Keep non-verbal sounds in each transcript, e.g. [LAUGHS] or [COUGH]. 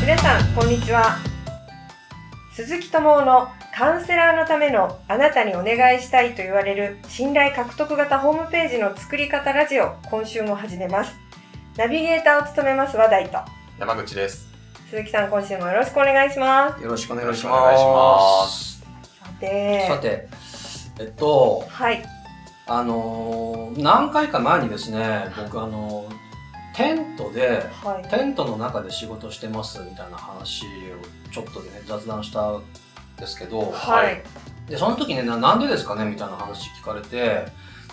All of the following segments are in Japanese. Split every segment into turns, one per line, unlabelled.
んにちは鈴木智夫のカウンセラーのためのあなたにお願いしたいと言われる信頼獲得型ホームページの作り方ラジオ今週も始めますナビゲーターを務めます話題と
山口です。
鈴木さん今週もよろしくお願いします
よろしくお願いし
よろしくお願いしま
ますす。
さて
さて、えっと、
はい
あのー何回か前にですね、僕あのーテントで、
はい
テントの中で仕事してますみたいな話をちょっとね、雑談したんですけど、
はい
で、その時ね、ななんでですかねみたいな話聞かれて、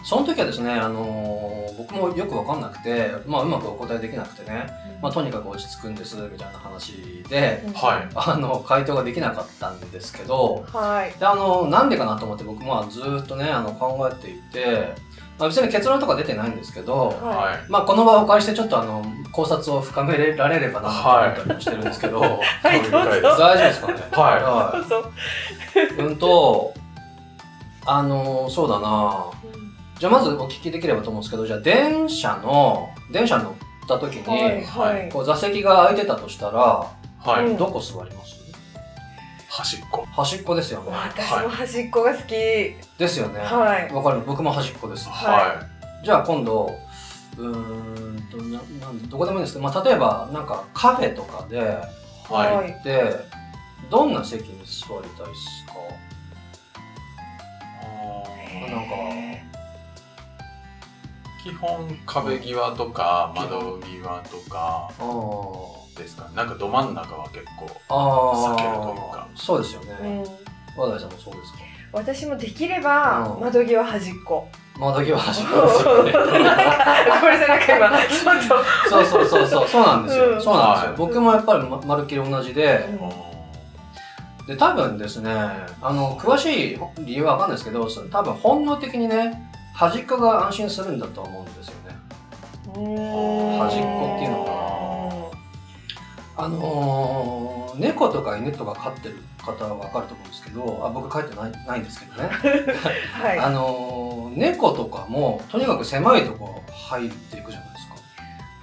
その時はですね、あのー僕もよくわかんなくて、まあうまくお答えできなくてね、まあとにかく落ち着くんです、みたいな話で、
はい。
あの、回答ができなかったんですけど、
はい
であのなんでかなと思って僕まあずーっとねあの考えていて、まあ、別に結論とか出てないんですけど、
は
は
まあ、この場をお借りしてちょっとあの考察を深められればなと思ったりもしてるんで
[LAUGHS]
すけど、
いはいどう
大
ぞ
丈夫ですかね
は
どうぞ
いうんとあのそうだなじゃあまずお聞きできればと思うんですけどじゃあ電車の電車に乗った時に、
はいはい
こう座席が空いてたとしたら、
い。は
うん
い。
どこ座ります
端っこ。
端っこですよね
私も端っこが好き
ですよねわ、
はい
かる僕も端っこです
は
じゃあ今度うーんとななんどこでもいいんですけど、まあ、例えばなんかカフェとかで
い。はい。
い
でどんな席に座りたいっすかなんか
へ
基本壁際とか窓際とか
あー
ですかね。なんかど真ん中は結構。避
あー
けるというか
そうですよね、
ーうん
和田さんもそうですか
私もできれば
うん
窓際端っこ
窓際端っこ
[LAUGHS]
ですよね
これじゃ [LAUGHS] なくて今ちょっと
そうそうそうそうそうなんですよ、
うん
そうなんですよ、
はい
僕もやっぱりままるっきり同じで、で多分ですねあの詳しい理由は分かんないですけどその多分本能的にね端っこが安心するんだと思うんですよね
端
端っこっていうのあのー猫とか犬とか飼ってる方は分かると思うんですけどあ僕飼ってないないんですけどね、
[LAUGHS] はい
あのー猫とかもとにかく狭いとこ入っていくじゃないですか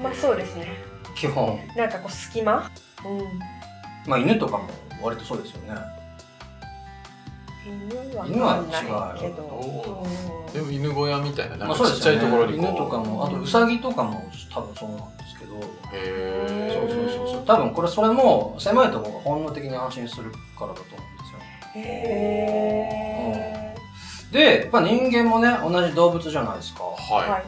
まあそうですね。
基本
なんかこう隙間うん
まあ犬とかも割とそうですよね
犬は
犬
わ
は
かんない
違う
けど
どでも犬小屋みたいな、なん
まあ
か
そう
ち
で
っ
す
ちゃ
よ
い
ね
ところにこう。
犬とかもあとウサギとかも多分そうなんですけど
へ
そう
ー
そうそうそう多分これそれも狭いところが本能的に安心するからだと思うんですよ
へえ
で、まあ、人間もね同じ動物じゃないですか
は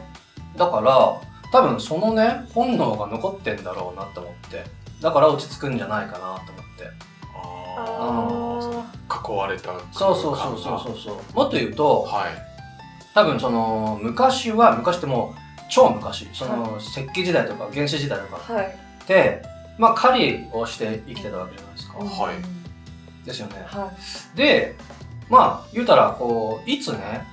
だから多分そのね本能が残ってんだろうなと思ってだから落ち着くんじゃないかなと思って
い。あ
あ
ー囲われた空間が。
そうそうそうそうそうそうもっと言うと
はい。
多分その昔は昔ってもう超昔その石器時代とか原始時代とか
ーはい
でまあ狩りをして生きてたわけじゃないですか
はい
ですよね
は
でまあ言うたらこういつね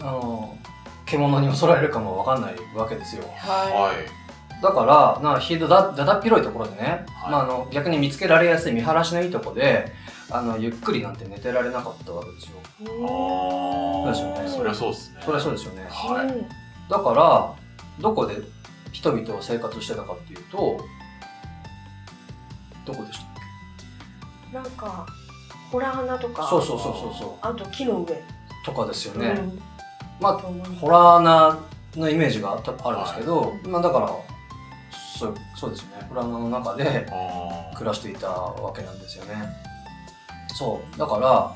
あの獣に襲られるかもわかんないわけですよ
いは
はい。
だからなひどだだだっ広いところでね、
はい
まあ、あの逆に見つけられやすい見晴らしのいいとこであのゆっくりなんて寝てられなかったわけですよ
い
あー
そうですよね
そりゃそうですね。
それはそうですよね
はい。
うん
だからどこで人々は生活してたかっていうとどこでし
なんかホラ穴と
た
か
そうそうそうそうそ
あと木の上
うとかですよね、
うん
まあ
と思います
ホラーなのイメージがあったあるんですけど、
はい
まあだからそうそうですよねホラーの中で
あー
暮らしていたわけなんですよね。そうだから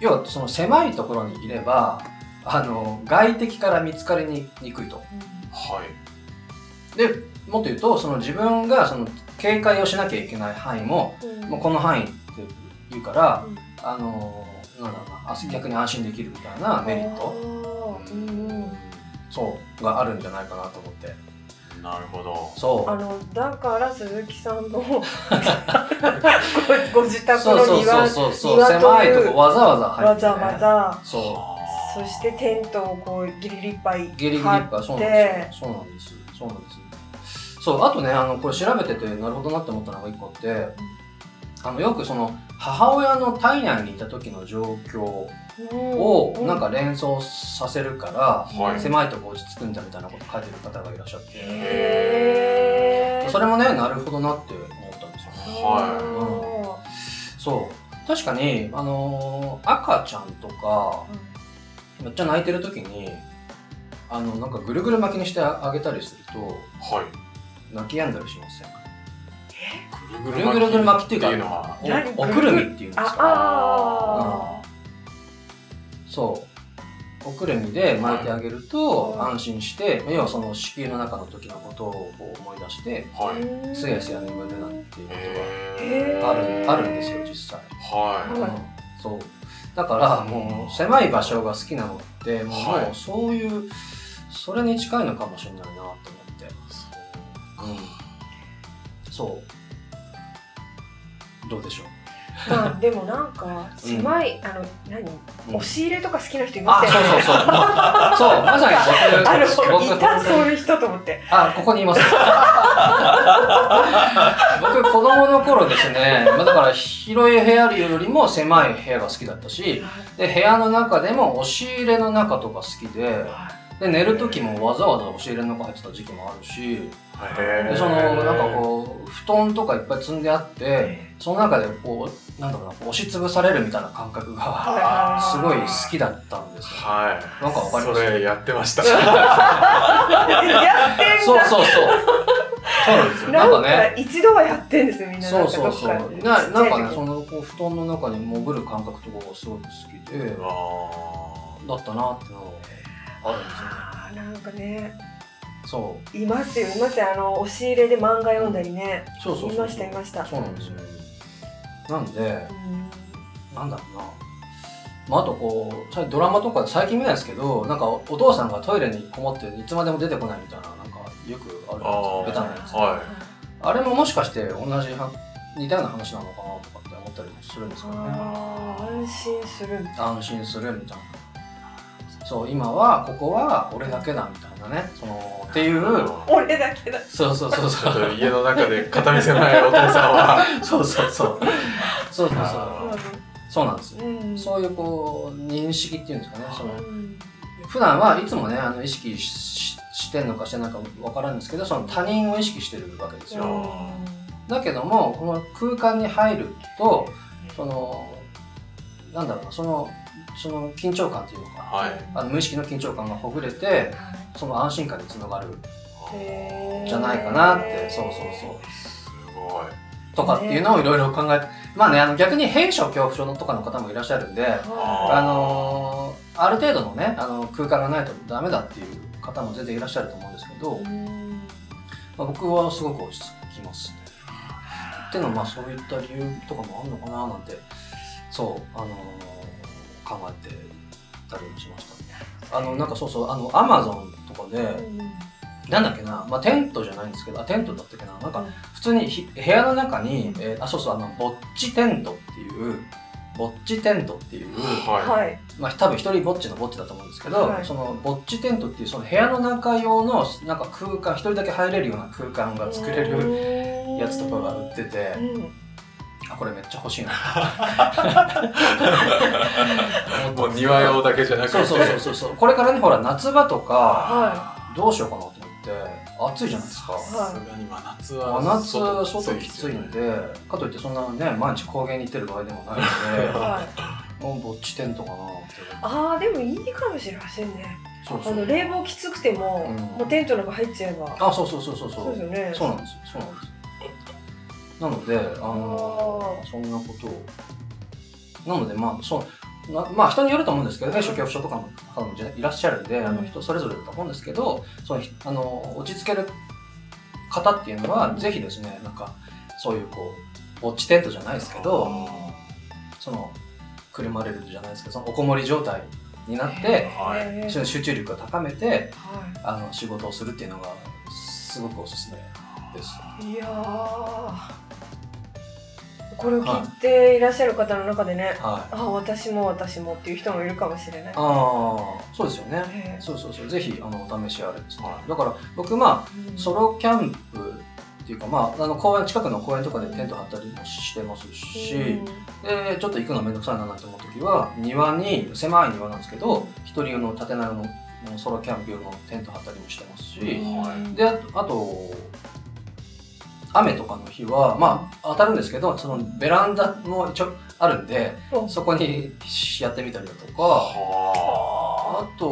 要はその狭いところにいればあの外敵から見つかりににくいと。
はい。
でもっと言うとその自分がその警戒をしなきゃいけない範囲も
うん
もうこの範囲っていうから
うん
あのなんだろうなあ逆に安心できるみたいなメリット
トうんうん
そうがあるんじゃないかなと思って。
なるほど。
そう
あのだから鈴木さ
[LAUGHS]
んのごご自宅
そう
の
そう
庭
そうそうそう狭いとこわざわざ入
わ
って、ね、
ざわざ
そ
そしてテントをこうギリギリいっぱいう
ゲリゲリ
張
ッ
っ
パそうなん
て
ですよそうなんですそうなんですそうあとねあのこれ調べててなるほどなって思ったのが一個あってあのよくその母親の胎内にいた時の状況をなんか連想させるから、
は
うん
い。
狭いとこ落ち着くんだみたいなこと書いてる方がいらっしゃって
へえ
それもねなるほどなって思ったんですよね
は
そう確かに、あのー赤ちゃんとかめっちゃ泣いてる時にあのなんかぐるぐる巻きにしてあげたりすると
はい。
泣き止んだりしませんか
ぐ
ぐるぐるぐる巻きっていうか
いうのは、
お
何
おくるみっていうんです
あ
か
あ
そうおくるみで巻いてあげると安心して、要はその子宮の中の時のことをこう思い出して
ー
はい。
うん
すやすや眠るなんていうこと
え
がある,、
へー
あるんですよ実際、
は
はい
うんそうだからもう狭い場所が好きなのってもう,、
はい
もうそういうそれに近いのかもしれないなと思って
い。
うんそうどうでしょ
まあでもなんか狭い、あの何
う、うん
押し入れとか好きな人いま
あ
す
そう
よね
そうそう [LAUGHS] そうまさ
あ
に僕
のいた
僕
そういう人と思って
あ、ここにいます。僕、子供の頃ですね、まあだから広い部屋よりも狭い部屋が好きだったし、で、部屋の中でも押し入れの中とか好きで、で、寝る時もわざわざ押し入れの中入ってた時期もあるし、
へ
で、その、なんかこう、布団とかいっぱい積んであって、その中でこう、なんだろうな、こう押しつぶされるみたいな感覚が、
あ
すごい好きだったんですよ。
は
なんかわか
い。
り
そ
ます
れやって
[LAUGHS]
ました。
やってんだ
そうそうそう。そうなんですよ。
な
なんん
か
かね、
一度はやってんですよみんな
そうそうそう。ななんかね、そ
の
のこう布団の中に潜る感覚とかがすごい好きで、だ
あ
ったなってのがあるんですよね。
なんかね
そ
いますよいますよあの押し入れで漫画読んだりね
う。そうそうそう。
いましたいました
そうなんですよ。なんで
う、ん
なんだろうな。まあ、あとこう、最ドラマとかで最近見ないですけど、なんかお父さんがトイレにこもっていつまでも出てこないみたいな、なんかよくあるじゃないですか。ベタな
あ。
やつ。
は
あれももしかして同じは、似たような話なのかなとかって思ったりもするんですけどね。
あー安心する
安心するみたいなそう今はここは俺だけだみたいなねそのっていう
俺だけだ
そうそうそう
ち
そ
ょ
う
っ
[LAUGHS]
と家の中で片見せないお父さんは。
そうそうそうそうそうそう
あ
そうなんですよ
うん
そういうこう認識っていうんですかねその
うん
普段はいつもねあの意識しししてんのかしてないのかわからんですけどその他人を意識してるわけです
う
よ
ん
だけどもこの空間に入るとそのなんだろうなそのその緊張感っていうのか
はい。
あの無意識の緊張感がほぐれてその安心感につながる
へー
じゃないかなってそうそうそう
すごい。
とかっていうのをいろいろ考えて、まあねあの逆に閉所恐怖症のとかの方もいらっしゃるんで
は
あのーある程度のねあの空間がないとダメだっていう方も全然いらっしゃると思うんですけど、
いうん
まあ、僕はすごく落ち着きますね。っていうのはまあそういった理由とかもあるのかななんてそうあのー考えてたりもしました。あのなんかそうそうあのアマゾンとかで、なんだっけな、まあ、テントじゃないんですけど、あ、テントだったっけな、なんか、普通にひ部屋の中に、えーあ、そうそう、あの、ぼっちテントっていう、ぼっちテントっていう、
は
はい
まあ、多分一人ぼっちのぼっちだと思うんですけど、
はい
その、ぼっちテントっていう、その部屋の中用の、なんか空間、一人だけ入れるような空間が作れる
る
やつとかが売ってて、
うん
あ、これめっちゃ欲しい
[LAUGHS]
な。
い。もう庭用だけじゃなくて。
そうそうそうそうそう。これからね、ほら、夏場とか、
は
どうしようかなと思って、暑いじゃないですか。
さすがに真夏は
真夏は外きついん
で
で、かといってそんなね、毎日高原に行ってる場合でもない
い
の
はい
で、もうぼっちテントかなって。
ああでもいいかもしれませんね
そう
あ
そう。
の冷房きつくても、
うん
もうテントの中入っちゃえば
あ、そうそうそうそう。
そうですよね
そうなんですよ。そうなんですよ。なので、あの
あ
そんなことを。なので、まあ、そう、なまあ、人によると思うんですけど、閉所恐怖症とかの方もいらっしゃるんで、あ
う
の
ん
人それぞれだと思うんですけど、そのあの落ち着ける方っていうのは、ぜひですね、なんか、そういうこう、ぼっちテントじゃないですけど、そのくるまれるじゃないですけどそのおこもり状態になって
はい
へー
その集中力を高めて
は
あの仕事をするっていうのがすごくおすすめです。
い、いやーこれを聞いていらっしゃる方の中でね、
はい、
あ私も私もっていう人もいるかもしれない
ああそうですよね。
へー
そうそうそうぜひあのお試しあれですね。
はい
だから僕ま
う
あ
ん
ソロキャンプっていうかまああの公園近くの公園とかでテント張ったりもしてますし、
うん
でちょっと行くのめんどくさいなと思う時は庭に狭い庭なんですけど一人用の建てなのソロキャンプ用のテント張ったりもしてますし。
は
であとあと雨とかの日は、まあ、当たるんですけど、そのベランダも一応あるんで
お、
そこにやってみたりだとか、
は
あと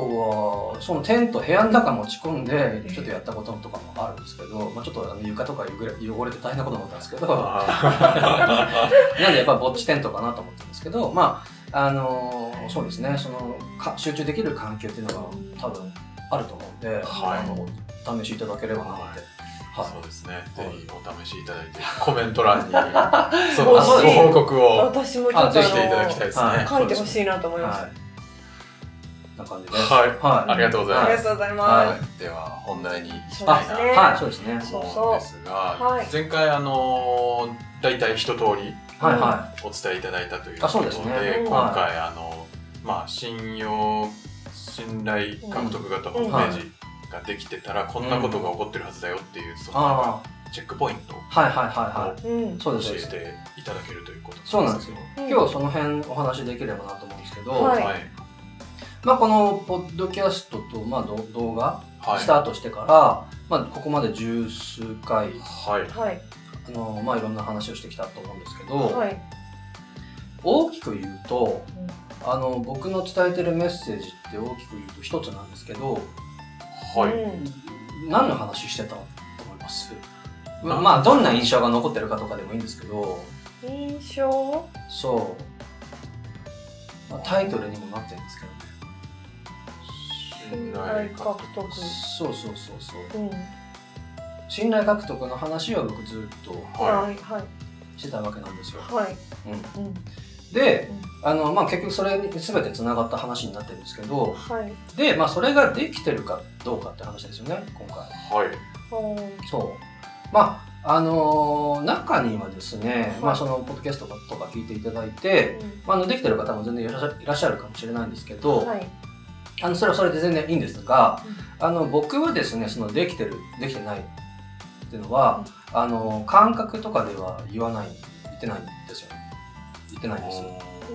は、そのテント部屋の中持ち込んで、ちょっとやったこととかもあるんですけど、まあ、ちょっとあの床とか汚れ汚れて大変なことになったんですけど、な
あ。
んでやっぱりぼっちテントかなと思ったんですけど、まあ、あのーそうですね、そのか集中できる環境っていうのが多分あると思うんで、
はい
あのお試しいただければなって。はい
そうですね。
は
ぜ
い
ひお試しいただいて、コメント欄
[LAUGHS]
にそ
も
のご
うそう
報告を
私もちょっ
あ
と
ぜ
あ
ひしていただきたいですね。
はい
の書いてほしいなと思いました。
はい。な感じです。
はい
は
ありがとうござい
あ
ま
り
す
が。とうござい
は
ま
はいでは本題に行き
そう
た
で
い
す
な
ね
と
はい、そうですね。
そう
思うんですが、
はい
前回あの大体一通り
はいは
お伝えいただいたというこ
あそ
と
う
で
ですね
今回あの、まあ、信用信頼獲得型ホームページができてたら、こんなことが起こってるはずだよっていうそ
い。
のなんか
あ
チェックポイントを
あ、はいはいはいはい。
す。うん。
そう
教
です。そう
え
です
ていただけるということ
そうなんですよ。
うん
今日その辺お話できればなと思うんですけど、
は
はいいはい、
まあこのポッドキャストとまあど動画
はい
スタートしてから、まあここまで十数回
はい
はい。
あのまあいろんな話をしてきたと思うんですけど、
はい。
大きく言うと、
うん
あの僕の伝えてるメッセージって大きく言うと一つなんですけど、
はい
うん
何の話してたと思います
あ
まあどんな印象が残ってるかとかでもいいんですけど
印象
そう、まあ、タイトルにもなってるんですけど
信
ね
信
頼
頼
獲
獲
得
得。
そうそうそうそう
うん。
信頼獲得の話を僕ずっと
は
はいはい
してたわけなんですよ、
はい。
うん、
うん。
であの、まあ、結局それに全てつながった話になってるんですけど
はい。
で、まあ、それができてるかどうかって話ですよね今
い
回
はい
うん
そう。まあ、あのー中にはですね、
い
まあ、その、ポッドキャストとか聞いていただいて、まあ、あの、できてる方も全然いらっしゃいらっしゃるかもしれないんですけど、
うん。はい。
あの、それはそれで全然いいんですが、あの、僕はですね、その、できてる、できてないっていうのは、あの、感覚とかでは言わない、言ってないんですよね。言ってないんですよ。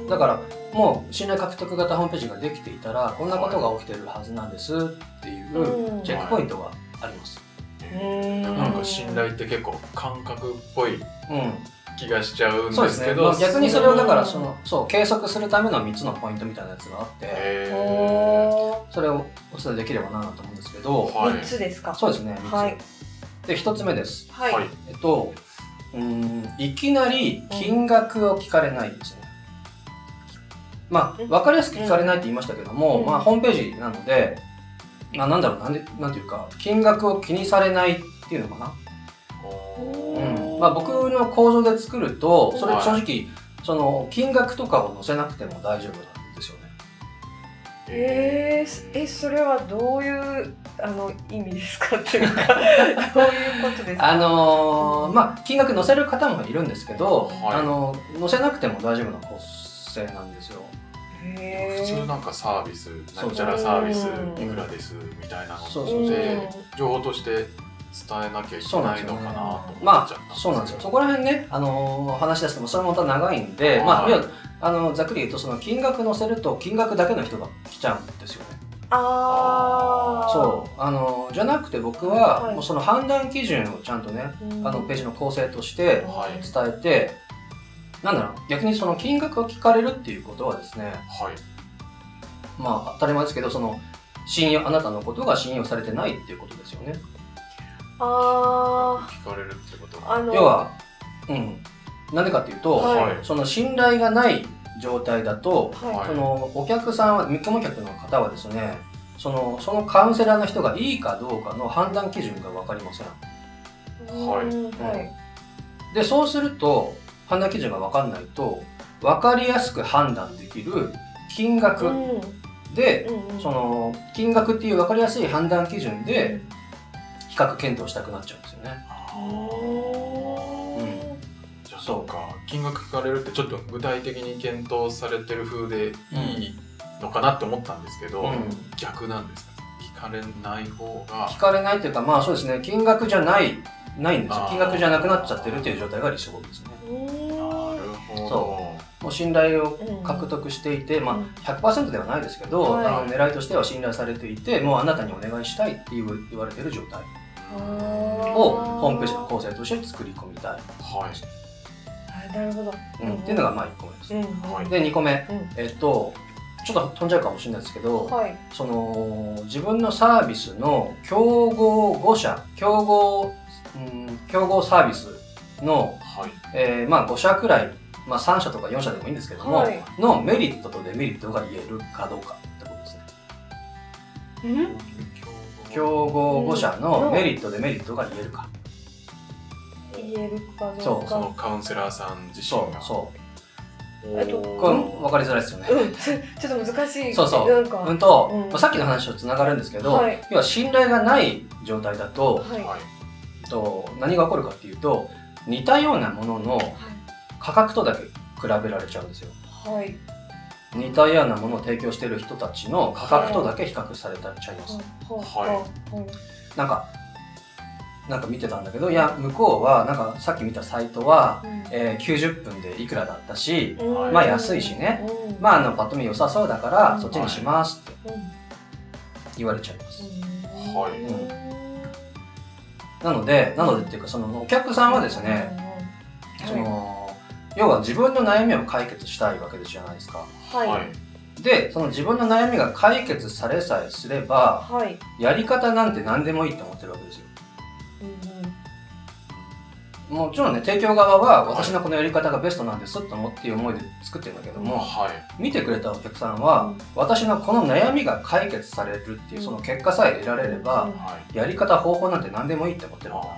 だからもう、信頼獲得型ホームページができていたら、こんなことが起きてるはずなんですっていう、
うん
チェックポイントがあります。
うん
なんか信頼って結構感覚っぽい
うん。
気がしちゃうん
そう
で
です
すけ
ね、ま
ど
あ、逆にそれをだから
そ
そ
の
のそう計測するための3つのポイントみたいなやつがあって
う
へ
お
それをお伝えできればなと思うんですけ
ー
ど
ー。
はい
三つですか。
そうですね3つ、
はい
で1つ目です
は
はい
い。
えっとうーんいきなり金額を聞かれないですね、まあ
うん
分かりやすく聞かれないって言いましたけども、
うん
まあ、ホームページなので、まあ、なんだろうなんでなんていうか金額を気にされないっていうのかな
おー
うんまあ、僕の構造で作るとそれ
はい
正直その金額とかを載せなくても大丈夫なんですよね。
えーすえそれはどういうあの意味ですかっていうかどういうことですか。
あのーまあ金額載せる方もいるんですけど、
はい
あの載せなくても大丈夫な構成なんですよ。
へー
普通なんかサービスな
そうん
ちゃらサービス
うん
いくらですみたいなのって
そうそ
う
うそう
ん
情報として伝えなきゃいけないのかなと思
ま
っちゃった
あそうなんですよ。そ
よ
こら辺ねあのー話し出してもそれもまた長いんで、ま
は
あ
い
要はあのざっくり言うとその金額載せると金額だけの人が来ちゃうんですよね。
ああ。
そうあのーじゃなくて僕
は
はいもうその判断基準をちゃんとね
う。
あのページの構成として
はい
伝えて、なんだろう、逆にその金額を聞かれるっていうことはですね、
はい
まあ当たり前ですけど、その信用、あなたのことが信用されてないっていうことですよね。
あ
聞かれるってこと
あ。あの。
要は、うん。なんでかっていうと、
はい
その信頼がない状態だと、
は
はい
そのお客さんは、見込み客の方はですね、そのそのカウンセラーの人がいいかどうかの判断基準が分かりません。
い。
はい
うんはい。
で、そうすると、判断基準が分かんないと、分かりやすく判断できる金額、
うん
で、
うんうん
その金額っていう分かりやすい判断基準で比較検討したくなっちゃうんですよね。
おー
じゃあそうか金額聞かれるってちょっと具体的に検討されてる風でいいのかなって思ったんですけど、
うん
逆なんですか聞かれない方が
聞かれないっていうかまあそうですね金額じゃないないんです
あ
よ
ー
金額じゃなくなっちゃってるっていう状態が理想ですね。
う
な
ー
る
ん
ほど
そもう信頼を
うん
獲得していて、
う
ま
ん
あ、100%ではないですけど、
はい
あの狙いとしては信頼されていてもうあなたにお願いしたいって言わ言われてる状態
う
をホームページの構成として作り込みたい、
はい。
あなるほど。
うんっていうのがまあ1個目です、
うん
はい
で2個目、
うん
えっとちょっと飛んじゃうかもしれないですけど、
はい。
その自分のサービスの競合5社競合、うん、競合サービスの、
はい。
えーまあ、5社くらい、まあ、3社とか4社でもいいんですけども、
はい。
のメリットとデメリットが言えるかどうかってことですね
うん。
競合5社のメリットデメリットが言えるか、
言えるかどうか。
そう
そのカウンセラーさん自身
そう
が。
そう
お
えっと
ー
これ分かりづらいですよね、
うん、ちょっと難しい。
そうそ
な
う
んか。
うんと、
うん
まあさっきの話とつながるんですけど、
はい
要は信頼がない状態だと,、
はい。
はい。
と何が起こるかっていうと似たようなものの価格とだけ比べられちゃうんですよ
はい。はい。
似たようなものを提供している人たちの価格とだけ比較されたりちゃいます、
はい。
なんかなんか見てたんだけどいや向こうはなんかさっき見たサイトは、えー90分でいくらだったし、
うん
まあ安いしね。
うん
まああのパッと見良さそうだから、
うん
そっちにしますって
うん
言われちゃいます、
はい
なのでなのでっていうかそのお客さんはですね、。その要は自分の悩みを解決したいわけじゃないですか
はい。
は
はいい。。
でその自分の悩みが解決されさえすれば
はい。
やり方なんて何でもいいと思ってるわけですよ
うん
もちろんね提供側は私のこのやり方がベストなんですと思っていう思いで作ってるんだけども、
はい。
見てくれたお客さんは、私のこの悩みが解決されるっていうその結果さえ得られれば、
はい。
やり方方法なんて何でもいいって思ってるわけなん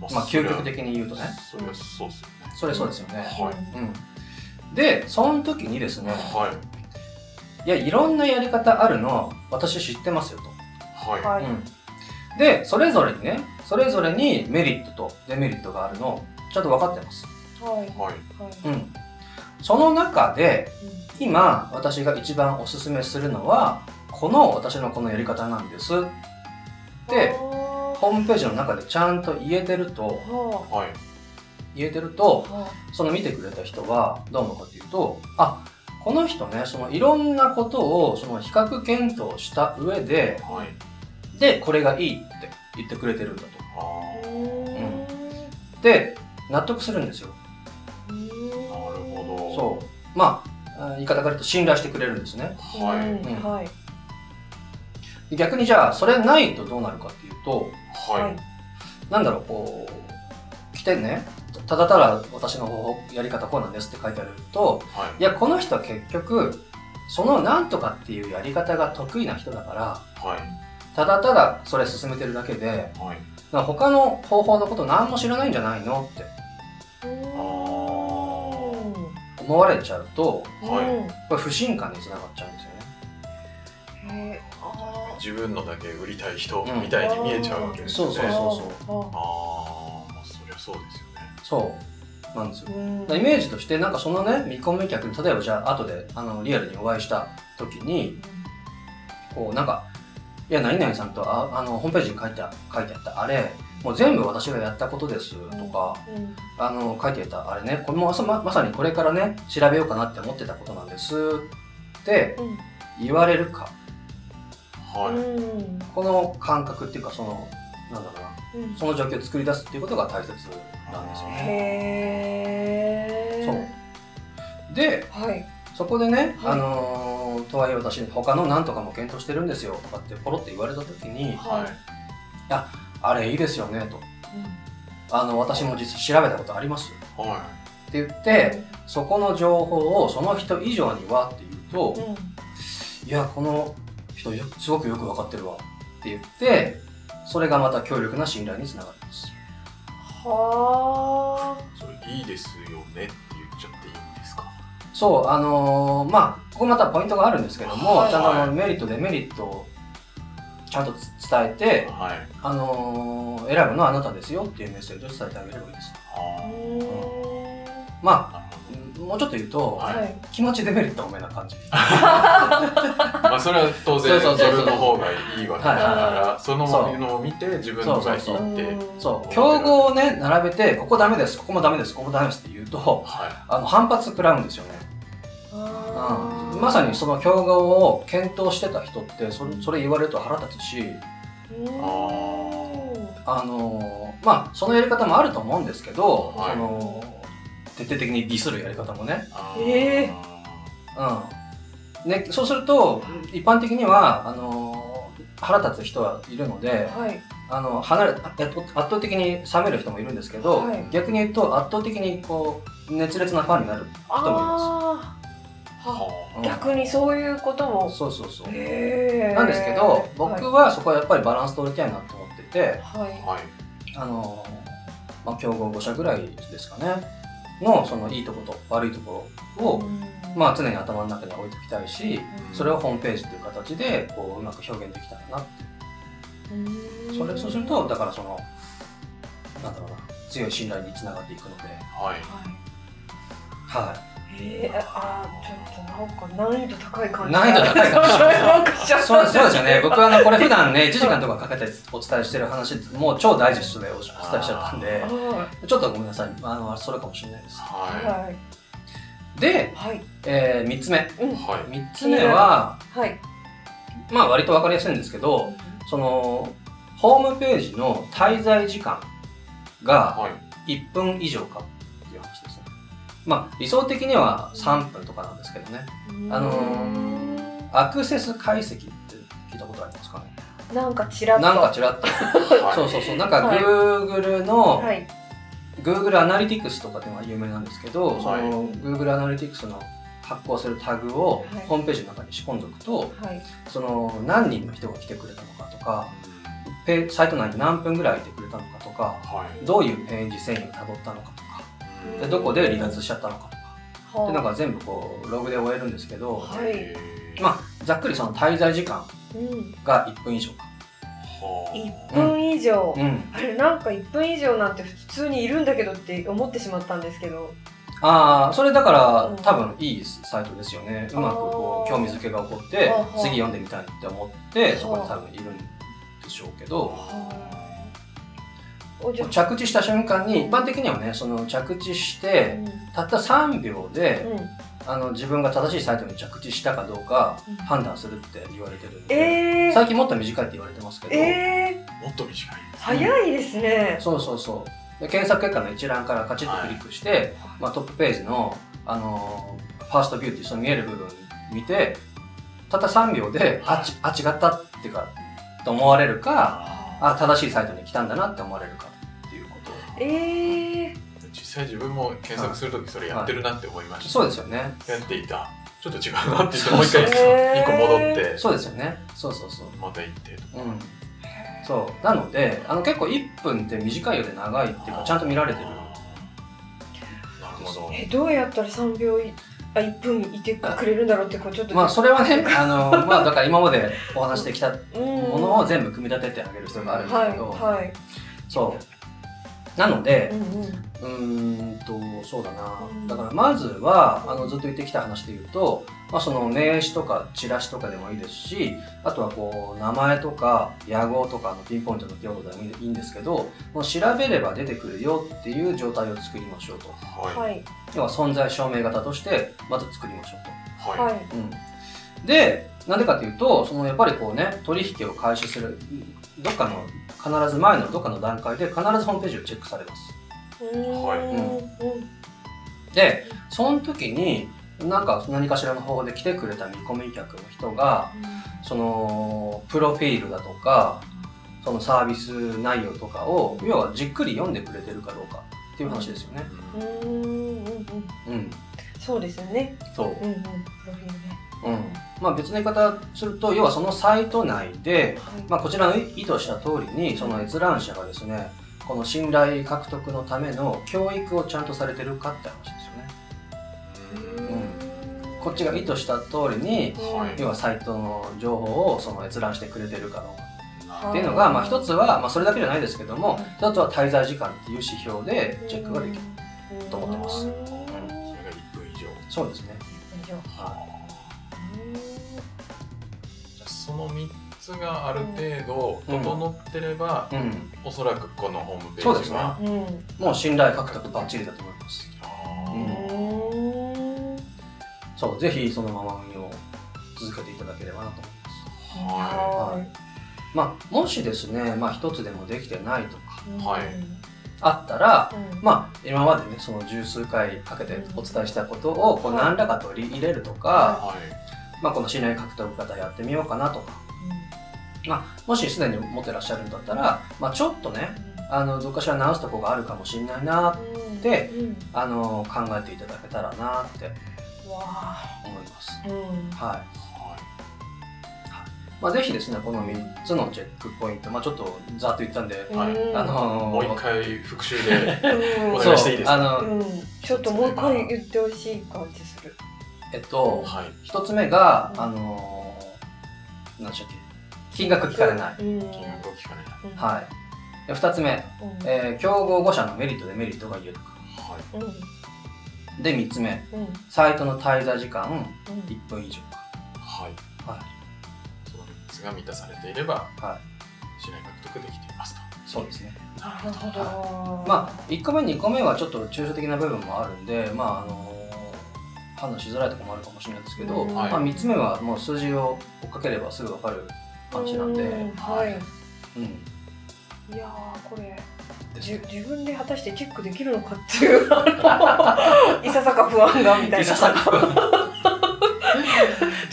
ですよまあ究極的に言うとね
それはそうですよね。
それそうですよね、
はい
うん、でその時にですね
はい。
いやいろんなやり方あるの私知ってますよと、
はい。
はい。
うん、でそれぞれにねそれぞれにメリットとデメリットがあるのちゃんと分かってます、
はい。
はい。
はい。
うん、その中で今私が一番おすすめするのはこの私のこのやり方なんですって
は
ホームページの中でちゃんと言えてると
あ
はい。
言えてると
は
その見てくれた人はどう思うかっていうとあこの人ねそのいろんなことをその比較検討した上で
はい。
でこれがいいって言ってくれてるんだと
あ
あ
あ。
うん
で納得するんですよ
なるほど。
そうまああ言い方から言うと信頼してくれるんですね
はい。
うんはい。
逆にじゃあそれないとどうなるかっていうと
はい。
なんだろうこう来てねただただ私の方法やり方こうなんですって書いてあると
はい
い。やこの人は結局そのなんとかっていうやり方が得意な人だから
はい。
ただただそれ進めてるだけで
はい。
なんか他の方法のこと何も知らないんじゃないのって
ああ。
思われちゃうと
はい
うん
これ不信感につながっちゃうんですよね
へーあ
自分のだけ売りたい人みたいに見えちゃうわけですね。
うんそう
ー
そう
ああ、まあ、そりゃそうですよね。
そうなんですよ
あーうん
イメージとしてなんかそのね見込み客に例えばじゃあ後であのリアルにお会いした時にこうなんか「いや何々さんとああのホームページに書いてあ書いてあったあれもう全部私がやったことです」とか
うん
「あの書いてあったあれねこれもまさままさにこれからね調べようかなって思ってたことなんです」って
うん
言われるか
はい。
うん
この感覚っていうかそのなんだろうな
うん
その状況を作り出すっていうことが大切なんですよね。
へー
そうで
はい
そこでね、
はい
あのーとはいえ私他の何とかも検討してるんですよとかってポロって言われた時に
はい。
あれいいですよねとあの私も実際調べたことあります
は
って言ってそこの情報をその人以上にはって言うと、
うん
いやこの人よすごくよく分かってるわって言ってそれがまた強力な信頼につながるんです
はあ
い。それいいですよねって言っちゃっていいんですか。
そうあのーまあここまたポイントがあるんですけども、
はい
ちゃんとあのメリットデメリットをちゃんとつ伝えて
はい。
あのー選ぶのはあなたですよっていうメッセージを伝えてあげればいいです。
あ
ま
あ。な
あ、
るほ
[LAUGHS] もうちょっと言うと、
はい
はい
気持ちデメリット多めな感じ。
ど。まあ、それは当然
そう
自
そうそうそ
分
う
の方がいいわけだから、その
そう
のを見て自分の方がいいって。
そうそ
うん
そう、競合をね、並べて、ここダメです、ここもダメです、ここもダメですって言うと、
は
あの、反発食らうんですよね。
あ
う
ー
ん。まさにその競合を検討してた人って、それそれ言われると腹立つし、
うん
あ
あのーまあそのやり方もあると思うんですけど、
はい
その徹底的にディスるやり方もね,、
あー
ええ
うん、ねそうすると一般的にはあのー腹立つ人はいるので
はい。
あの離れあ圧倒的に冷める人もいるんですけど、
はい
逆に言うと圧倒的にこう熱烈なファンになる、
ああ。は
は
うん
逆にそういうことも。
そうそうそう
へえ。
なんですけど
はい
僕はそこはやっぱりバランス取りたいなと思ってて、
あ
は
はい
あのまあ、競合5社ぐらいですかねのそのいいとこと悪いところ
い。
を、
うん
まあ、常に頭の中には置いておきたいし
うん
それをホームページという形でこううまく表現できたらな
うん
それそうするとだからそのなんだろうな強い信頼につながっていくので、
はい
は
はい
へえああちょっとなんか難易度高い感じ。
難易度高
[LAUGHS]
いかもしれない
なんかしちゃ
い、
った
そうそうですよね僕はあのこれ普段ね1時間とかかけてお伝えしてる話もう超ダイジェストでお伝えしちゃったんで
は
ちょっとごめんなさいあのそれかもしれないです
い
は
はい
で、
はい
え3つ目
いはい
3つ目は
はい。
まあ割と分かりやすいんですけどそのホームページの滞在時間が
はい
1分以上かっていう話ですねまあ理想的には3分とかなんですけどね
うん
あの
ー
アクセス解析って聞いたことありますかね
なんかちら
な
っ
ん
と。
かちらっと
はい
そうそうそうなんか
はい
Google の
はい。
Google アナリティクスとかっていうのが有名なんですけどそ
はい
の Google アナリティクスの発行するタグを
はい
ホームページの中に仕込んでおくと
はい。
その何人の人が来てくれたのかとかペサイト内に何分ぐらいいてくれたのかとか
はい
どういうページ遷移をたどったのかとか
うん
でどこで離脱しちゃったのかとか
は
ってなんか全部こうログで終えるんですけど、
は
えー
まあざっくりその滞在時間
うん。
が1分以上か、
はあ
一分以上。
うん、
あれなんか1分以上なんて普通にいるんだけどって思ってしまったんですけど
ああそれだから、
うん
多分いいサイトですよねうまくこ
あー
う興味づけが起こって
ほうほう
次読んでみたいって思って
ほう
そこに多分いるんでしょうけど
おじゃ
着地した瞬間に一般的にはねその着地してたった3秒で
うんうん
あの自分が正しいサイトに着地したかどうか判断するって言われてるんで、
えー、
最近もっと短いって言われてますけど、
え
もっと短
ー、
い
早いですね、
そうそうそうで検索結果の一覧からカチッとクリックして、まあ、トップページの、あのーファーストビューっていうその見える部分見てたった3秒であちあ違ったっていうかと思われるか
あ
あ正しいサイトに来たんだなって思われるかっていうこと
えー、
実際自分も検索するときそれやってるなって思いました、
そうですよね
やっていたちょっと違うなって言ってもう一
そうそう
回一個戻って
そうですよねそうそうそう
また行ってと
うんそうなのであの結構1分って短いようで長いっていうかちゃんと見られてる
なるほど
えどうやったら3秒いあ1分いてくれるんだろうってこうちょっと
まあそれはねあのーまあだから今までお話してきた
うん
ものを全部組み立ててあげる必要があるんです
は
け
い
ど、
はい
そうなので、
うんうん
うーんとそうだな
うん
だからまずはあのずっと言ってきた話で言うと、まあ、その名詞とかチラシとかでもいいですしあとはこう名前とか屋号とかあのピンポイントの用語でもいいんですけどもう調べれば出てくるよっていう状態を作りましょうと
は
はい
要は存在証明型としてまず作りましょう
いは
はいい
と、うん、でなんでかというとそのやっぱりこうね取引を開始するどっかの必ず前のどっかの段階で必ずホームページをチェックされます
うーん
はい
うん
でその時になんか何かしらの方法で来てくれた見込み客の人がそのプロフィールだとかそのサービス内容とかを要はじっくり読んでくれてるかどうかっていう話ですよね。
うんうんうんうん
うん、
そうですよね
そう
う、んうんプロフィールね
うん、まあ別の言い方すると要はそのサイト内で、
はい
まあ、こちらの意図した通りにその閲覧者がですねこの信頼獲得のための教育をちゃんとされてるかって話ですよね。こっちが意図した通りに
はい
要はサイトの情報をその閲覧してくれてるかどうか
は
っていうのが、
あー
まあ、一つは、まあ、それだけじゃないですけども
はい
一つは滞在時間っていう指標でチェックができると思ってます
うん
それが1分以上
そうですね
以上
じゃあその3つがある程度整ってれば、
うん
おそらくこのホームページは
うんうん
もう信頼獲得バッチリだと思います
あ
うん
ー
うん
そうぜひそのまま運用を続けていただければなと思います
は
はい
まあ、もしですね、まあ、一つでもできてないとか
はい
あったら、
うん
まあ、今までねその十数回かけてお伝えしたことをこう
はい
何らか取り入れると
は
か、
い
まあ、この信頼獲得型やってみようかなとか、まあ、もしすでに持ってらっしゃるんだったら、まあ、ちょっとねあのどっかしら直すとこがあるかもしれないな
うん
で
うん
あの考えていただけたらなって
わあ
思います。
うん
はい
は
まあ、ぜひですね、この3つのチェックポイント、まあ、ちょっとざっと言ったんで、
はい
うん
あの
い
ー
もう一回復習で
うん
お
そう
願いしていいですか
あの、
うんちょっともう一回言ってほしい感じする。
えっと、
はい
一つ目が、
うん
あのー、何でしたっけ、金額聞かれない。
うん。
金額を聞かれない
はい。で二つ目、
うん。
えー競合5社のメリット、デメリットが言えるか。
はい
うん。
で、三つ目、
うん。
サイトの滞在時間
うん
1分以上か。
はい
は
その3つが満たされていれば
は
信頼獲得できていますと
そうですね。
なるほど。
まあ、1個目、2個目はちょっと抽象的な部分もあるんで、まあ、あのー判断しづらいところもあるかもしれないですけど、
うん
はい
まあ、3つ目はもう数字を追っかければすぐ分かる話なんで、
うはい。
うん
いやーこれ
です
じ
ね
自分で果たしてチェックできるのかっていうあのいささか不安がみたいな。
いささか
ちょ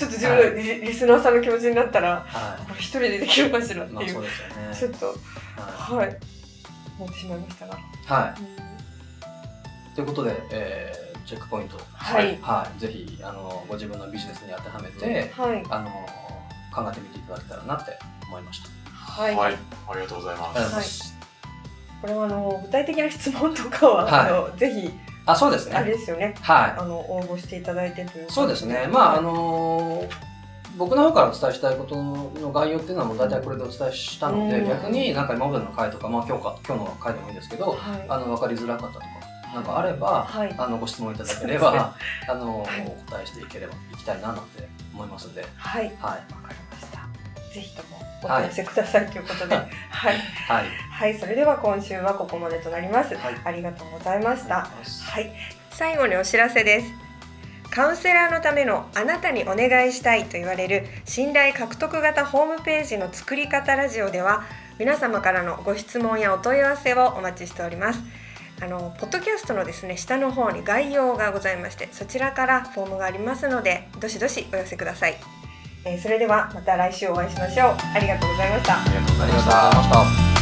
っと自分のリ,、リスナーさんの気持ちになったら
は
これ一人でできるかしらっ
い、
て
まあ
い
そううですよね。
ちょっと
は
はい思ってしまいましたが。
い、はということで、えーチェックポイント、
はい
はい、ぜひあのご自分のビジネスに当てはめて、
はい
あの考えてみていただけたらなって思いました。
はい。
はいありがとうございま
あり
す
がとうございます
これはあの具体的な質問とかは、
はい
あのぜひ
あ、そうです
あれ
ね。
ですよね
はい
あ。の応募していただいてという
そうですね、まああ
の
の僕の方からお伝えしたいことの概要っていうのはもう大体これでお伝えしたので、
うん
逆になんか今までの回とか、まあ、今日か今日の回でもいいんですけどあ
は
の分かりづらかったとかなんかあれば
い、はい
あのご質問いただけれ
そう
ば、あの
はい
お答えしていければいきたいななんて思いますんで、
はい、
はい
わかりました。ぜひともお問い合わせくださいという
[LAUGHS]
ことで、は、
はい
はい、
はい、
それでは今週はここまでとなります。
はい
ありがとうございました。
は
はい、最後にお知らせです。カウンセラーのためのあなたにお願いしたいと言われる信頼獲得型ホームページの作り方ラジオでは皆様からのご質問やお問い合わせをお待ちしております。あのポッドキャストのですね下の方に概要がございましてそちらからフォームがありますのでどしどしお寄せください。えーそれではまた来週お会いしましょう。ありがとうございました。
ありがとうござい
ありが
ま
とう
し
ござ
た
いました。